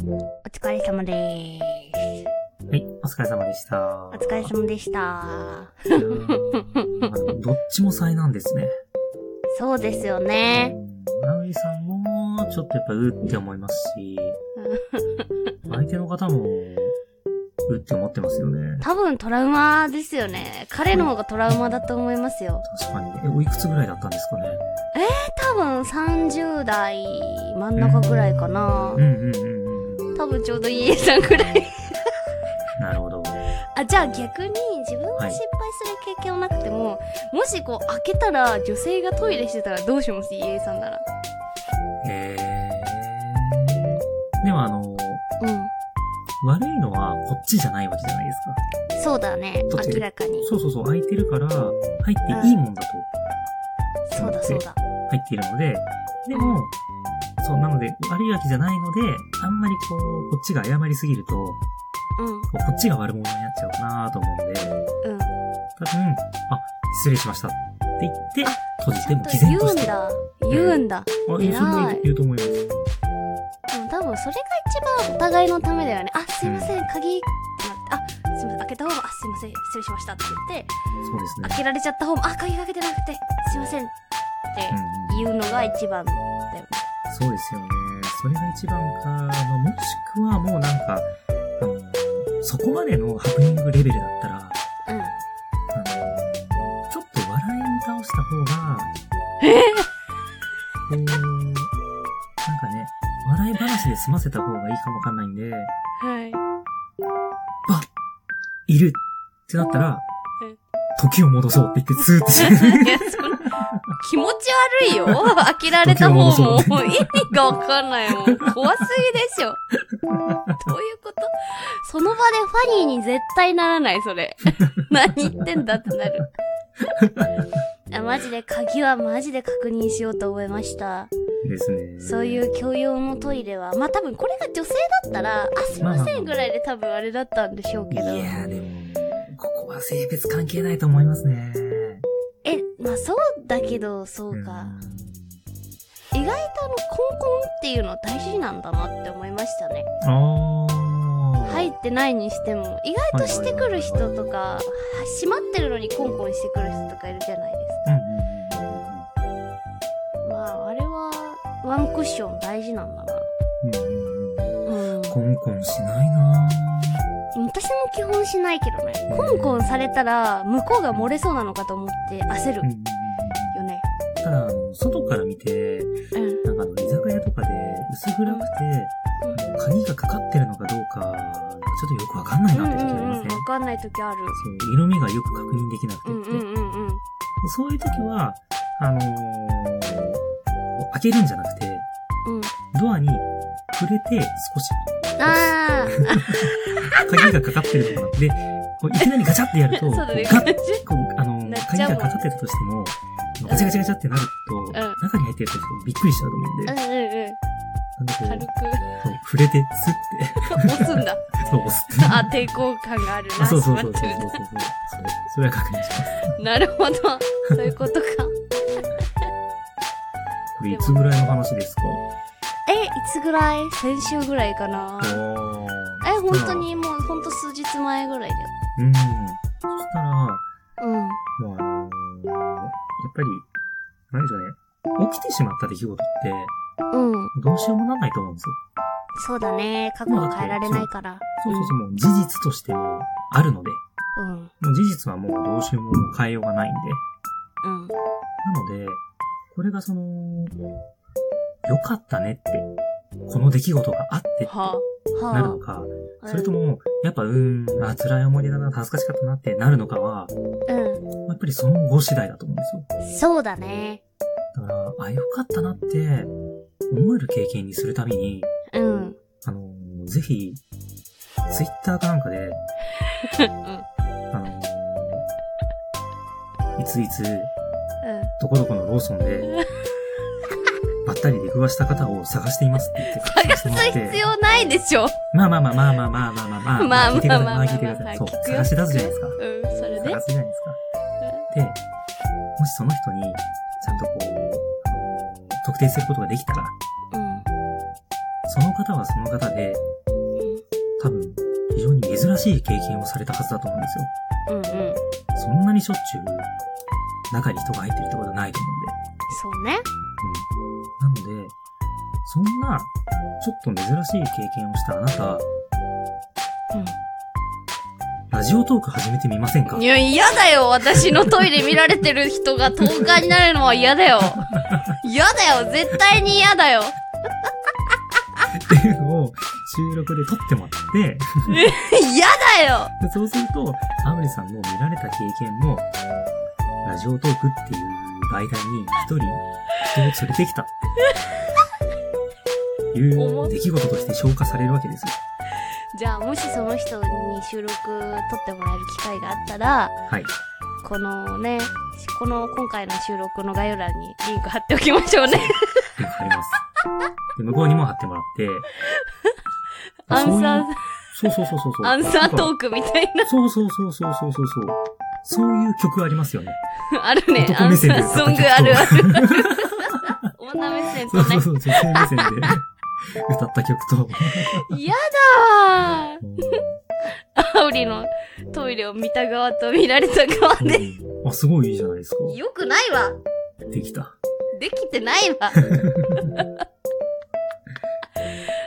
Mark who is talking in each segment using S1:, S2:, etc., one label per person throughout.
S1: お疲れ様でーす。
S2: はい、お疲れ様でした。
S1: お疲れ様でした。
S2: うんどっちも災難ですね。
S1: そうですよね。
S2: なぎさんも、ちょっとやっぱ、うって思いますし、相手の方も、うって思ってますよね。
S1: 多分トラウマですよね。彼の方がトラウマだと思いますよ。
S2: 確かに。え、おいくつぐらいだったんですかね。
S1: 多分30代真ん中ぐらいかな
S2: う。んうんうんうん。
S1: 多分ちょうどいいさんぐらい。
S2: なるほど。
S1: あ、じゃあ逆に自分が失敗する経験はなくても、もしこう開けたら女性がトイレしてたらどうします家さんなら。
S2: えー。でもあの、
S1: うん。
S2: 悪いのはこっちじゃないわけじゃないですか。
S1: そうだね。
S2: どっち
S1: 明らかに。
S2: そうそうそう、空いてるから、入っていいもんだと
S1: そうだそうだ。
S2: 入っているので、でも、そう、なので、悪いわけじゃないので、あんまりこう、こっちが謝りすぎると、こ
S1: うん。
S2: うこっちが悪者になっちゃうかなと思うんで、
S1: うん。
S2: 多分、あ、失礼しましたって言って、閉じ
S1: ち
S2: て
S1: ゃ
S2: も
S1: んと
S2: 毅然
S1: 言
S2: と
S1: う
S2: し
S1: ん
S2: て。
S1: だ。言うんだ。
S2: あ、いやそんな
S1: 偉い
S2: 言うと思います。
S1: でも多分それが一番お互いのためだよね。あ、すいません、鍵、あ、すいません、開けた方も、あ、すいません、失礼しましたって言って、
S2: そうですね
S1: 開。けられちゃった方も、あ、鍵かけてなくて、すいませんって
S2: うんうん、
S1: 言うのが一番だよね。
S2: そうですよね。それが一番か、まあもしくはもうなんか、あの、そこまでのハプニングレベルだったら、
S1: うん。
S2: あの、ちょっと笑いに倒した方が、えー、なんかね、笑い話で済ませた方がいいかもわかんないんで、
S1: はい。
S2: いるってなったら
S1: うん、
S2: 時を戻そうって言ってスーってして、
S1: いや、そんな気持ち悪いよ。開けられた方も、
S2: 時を戻そう
S1: もう意味がわかんないもん。怖すぎでしょ。どういうことその場でファニーに絶対ならない、それ。何言ってんだってなる。あマジで鍵はマジで確認しようと思いました。
S2: です ね。
S1: そうい。う共用のトイレは、まあ多分これが女性だったら、あ、すいませんぐらいで多分あれだったんでしょうけ
S2: いや
S1: ど。
S2: ーでも、ここは性別関係ないと思いますね。
S1: え、まあそうだけど、そうか。意外とあのコンコンっていうの大事なんだなって思いましたね
S2: うん。あー。
S1: 入ってないにしても意外としてくる人とかは閉まってるのにコンコンしてくる人とかいるじゃないです
S2: うんうんうんうんうん。
S1: かまああれはワンクッション大事なんだなうん
S2: コンコンしないな
S1: 私も基本しないけどねコンコンされたら向こうが漏れそうなのかと思って焦る
S2: ぁ、
S1: よね
S2: ただ、あの外から見て、
S1: うんうん
S2: なんかあの、居酒屋とかで薄暗くて、あの鍵がかかってるのかどうか、ちょっとよくわかんないうなって時あり
S1: ん
S2: ま
S1: うん
S2: せん、
S1: 分かんない時ある
S2: そう、色味がよく確認できなくて、
S1: うんうんうんうん
S2: でそういう時は、あのーこう開けるんじゃなくて、
S1: うん
S2: ドアに触れて少し
S1: ああ
S2: 鍵がかかってるのかな。で、こういきなりガチャってやると、
S1: そう
S2: こ
S1: だね
S2: うガッこう、あの
S1: なっ、ち
S2: 鍵
S1: ゃうも
S2: が
S1: ん
S2: かかってたとしても、ガチャガチャガチャってなる
S1: ん
S2: と、中に入ってる人びっくりしちゃうと思うんで、
S1: うん
S2: なん
S1: うんうん
S2: でこ
S1: 軽く
S2: う、そう触れて、スッて、
S1: 押すんだ
S2: そう押すって。
S1: あ、抵抗感があるな。
S2: あ、そうそう そうそうそう
S1: 閉
S2: そう
S1: まって
S2: そう。それ、それは確認します。
S1: るなるほど。そういうことか。
S2: これいつぐらいの話ですか
S1: え、いつぐらい先週ぐらいかな
S2: あ。ー
S1: え、本当。にもう、ほんと数日前ぐらいだよ。
S2: うん。そしたら、も
S1: うん。
S2: うあのーやっぱり、何でしょうね。起きてしまった出来事って、
S1: うん。
S2: どうしようもならないと思うんですよ。
S1: そうだね。過去は変えられないから。
S2: そうそうそう、もう事実としてもあるので、
S1: うん。
S2: もう事実はもうどうしようも変えようがないんで。
S1: うん。
S2: なので、これがその、良かったねって、この出来事があって
S1: はあ。
S2: なるの
S1: は
S2: か、
S1: あ。
S2: それとも、やっぱうーん、あ、辛い思い出だな、恥ずかしかったなってなるのかは、
S1: うん。
S2: やっぱりその後次第だと思うんですよ。
S1: うん。そうだね。
S2: だから、あ、良かったなって、思える経験にするために、
S1: うん。
S2: あのーぜひ、ツイッターかなん かで、
S1: うん。
S2: あのーいついつ、どこどこのローソンで、ばったり出くわした方を探していますって言っ て
S1: 探す必要ないでしょ。
S2: まあまあまあまあまあまあまあまあまあ、
S1: まあ
S2: 聞いてください、
S1: まあまあまあ
S2: まあ聞いてください。そう
S1: 聞、くよ
S2: 探し出すじゃないですか
S1: う。ん。それで
S2: 探すじゃないですか。で、もしその人に、ちゃんとこう、あの特定することができたら、その方はその方で、
S1: うん。うん。
S2: 多分、非常に珍しい経験をされたはずだと思うんですよ。
S1: うんうん。
S2: そんなにしょっちゅう、中に人が入ってるってことはないと思うん
S1: そう
S2: で。
S1: ね。
S2: なので、そんな、ちょっと珍しい経験をしたあなた、ラジオトーク始めてみませんか
S1: うん。いや、嫌だよ。私のトイレ見られてる人がトーカーになるのは嫌だよ。嫌だよ。絶対に嫌だよ。
S2: っていうのを収録で撮ってもらって、
S1: 嫌だよ。
S2: でそうすると、アムリさんの見られた経験も、ラジオトークっていう媒体に一人人を連れて きた。いう出来事として消化されるわけですよ。
S1: じゃあ、もしその人に収録撮ってもらえる機会があったら、
S2: はい。
S1: このね、この今回の収録の概要欄にリンク貼っておきましょう ね。
S2: わかります。で、向こうにも貼ってもらって。
S1: アンサ
S2: そういうそうそうそうそう。
S1: ー、アンサート
S2: なんか
S1: ークみたい
S2: そうそうそうそうそうそうそう。そういう曲ありますよね。
S1: な。あるね。ア
S2: 男
S1: ン
S2: 目
S1: サ
S2: 線で
S1: ーソングあるある。 女目線
S2: そう
S1: と
S2: そ
S1: ね
S2: う。そう、女性目線で歌った曲 と。
S1: 嫌だー。
S2: う
S1: アウリのトイレを見た側と見られた側
S2: ん
S1: で。
S2: あ、すごいいいじゃないですか。
S1: よくないわ。
S2: できた。
S1: できてないわ。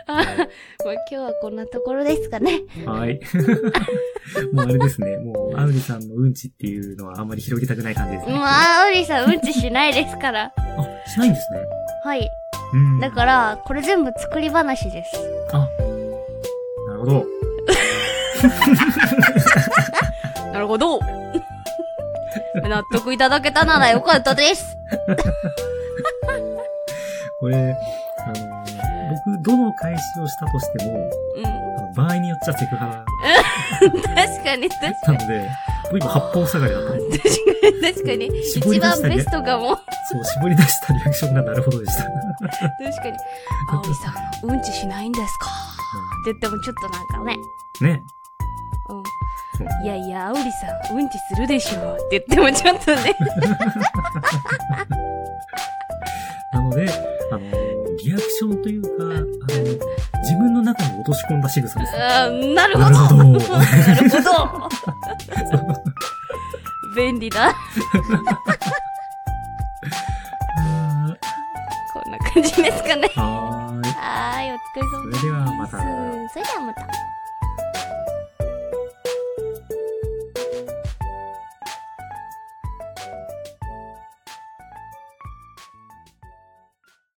S1: あまあ今日はこんなところですかね。
S2: はい。 もうあれですね。もう、アウリさんのうんちっていうのはあんまり広げたくない感じです
S1: もう
S2: ね。
S1: アウリさんうんちしないですから。
S2: あ、しないんですね。
S1: はい。
S2: うん。
S1: だから、これ全部作り話です。
S2: なるほど。
S1: なるほど。 納得いただけたならよかったです。
S2: これ、あの、僕、どの返しをしたとしても、
S1: うん。
S2: あの場合によっちゃセクハラ
S1: 確かに、確か
S2: な
S1: に。
S2: ので、僕今八方下がりだと思う。
S1: 確かに、確かに。
S2: 絞
S1: 一
S2: り出
S1: 番
S2: した
S1: ベ
S2: ね
S1: ストかも。
S2: そう、絞り出したリアクションがなるほどでした。
S1: 確かに。アウリさん、うんちしないんですかって言ってもちょっとなんかね。
S2: ね。
S1: うん。
S2: そう
S1: いやいや、アウリさん、うんちするでしょ。って言ってもちょっとね。
S2: なので、あの、リアクションというか、あの、自分の中に落とし込んだ仕草ですね。
S1: あーなるほ
S2: なるほ
S1: ど。
S2: ど
S1: なるほど。 便利だ。
S2: は
S1: こんな感じですかね。
S2: ーい。
S1: はーい、お疲れ様です。
S2: それではま
S1: そ
S2: た
S1: れではまた。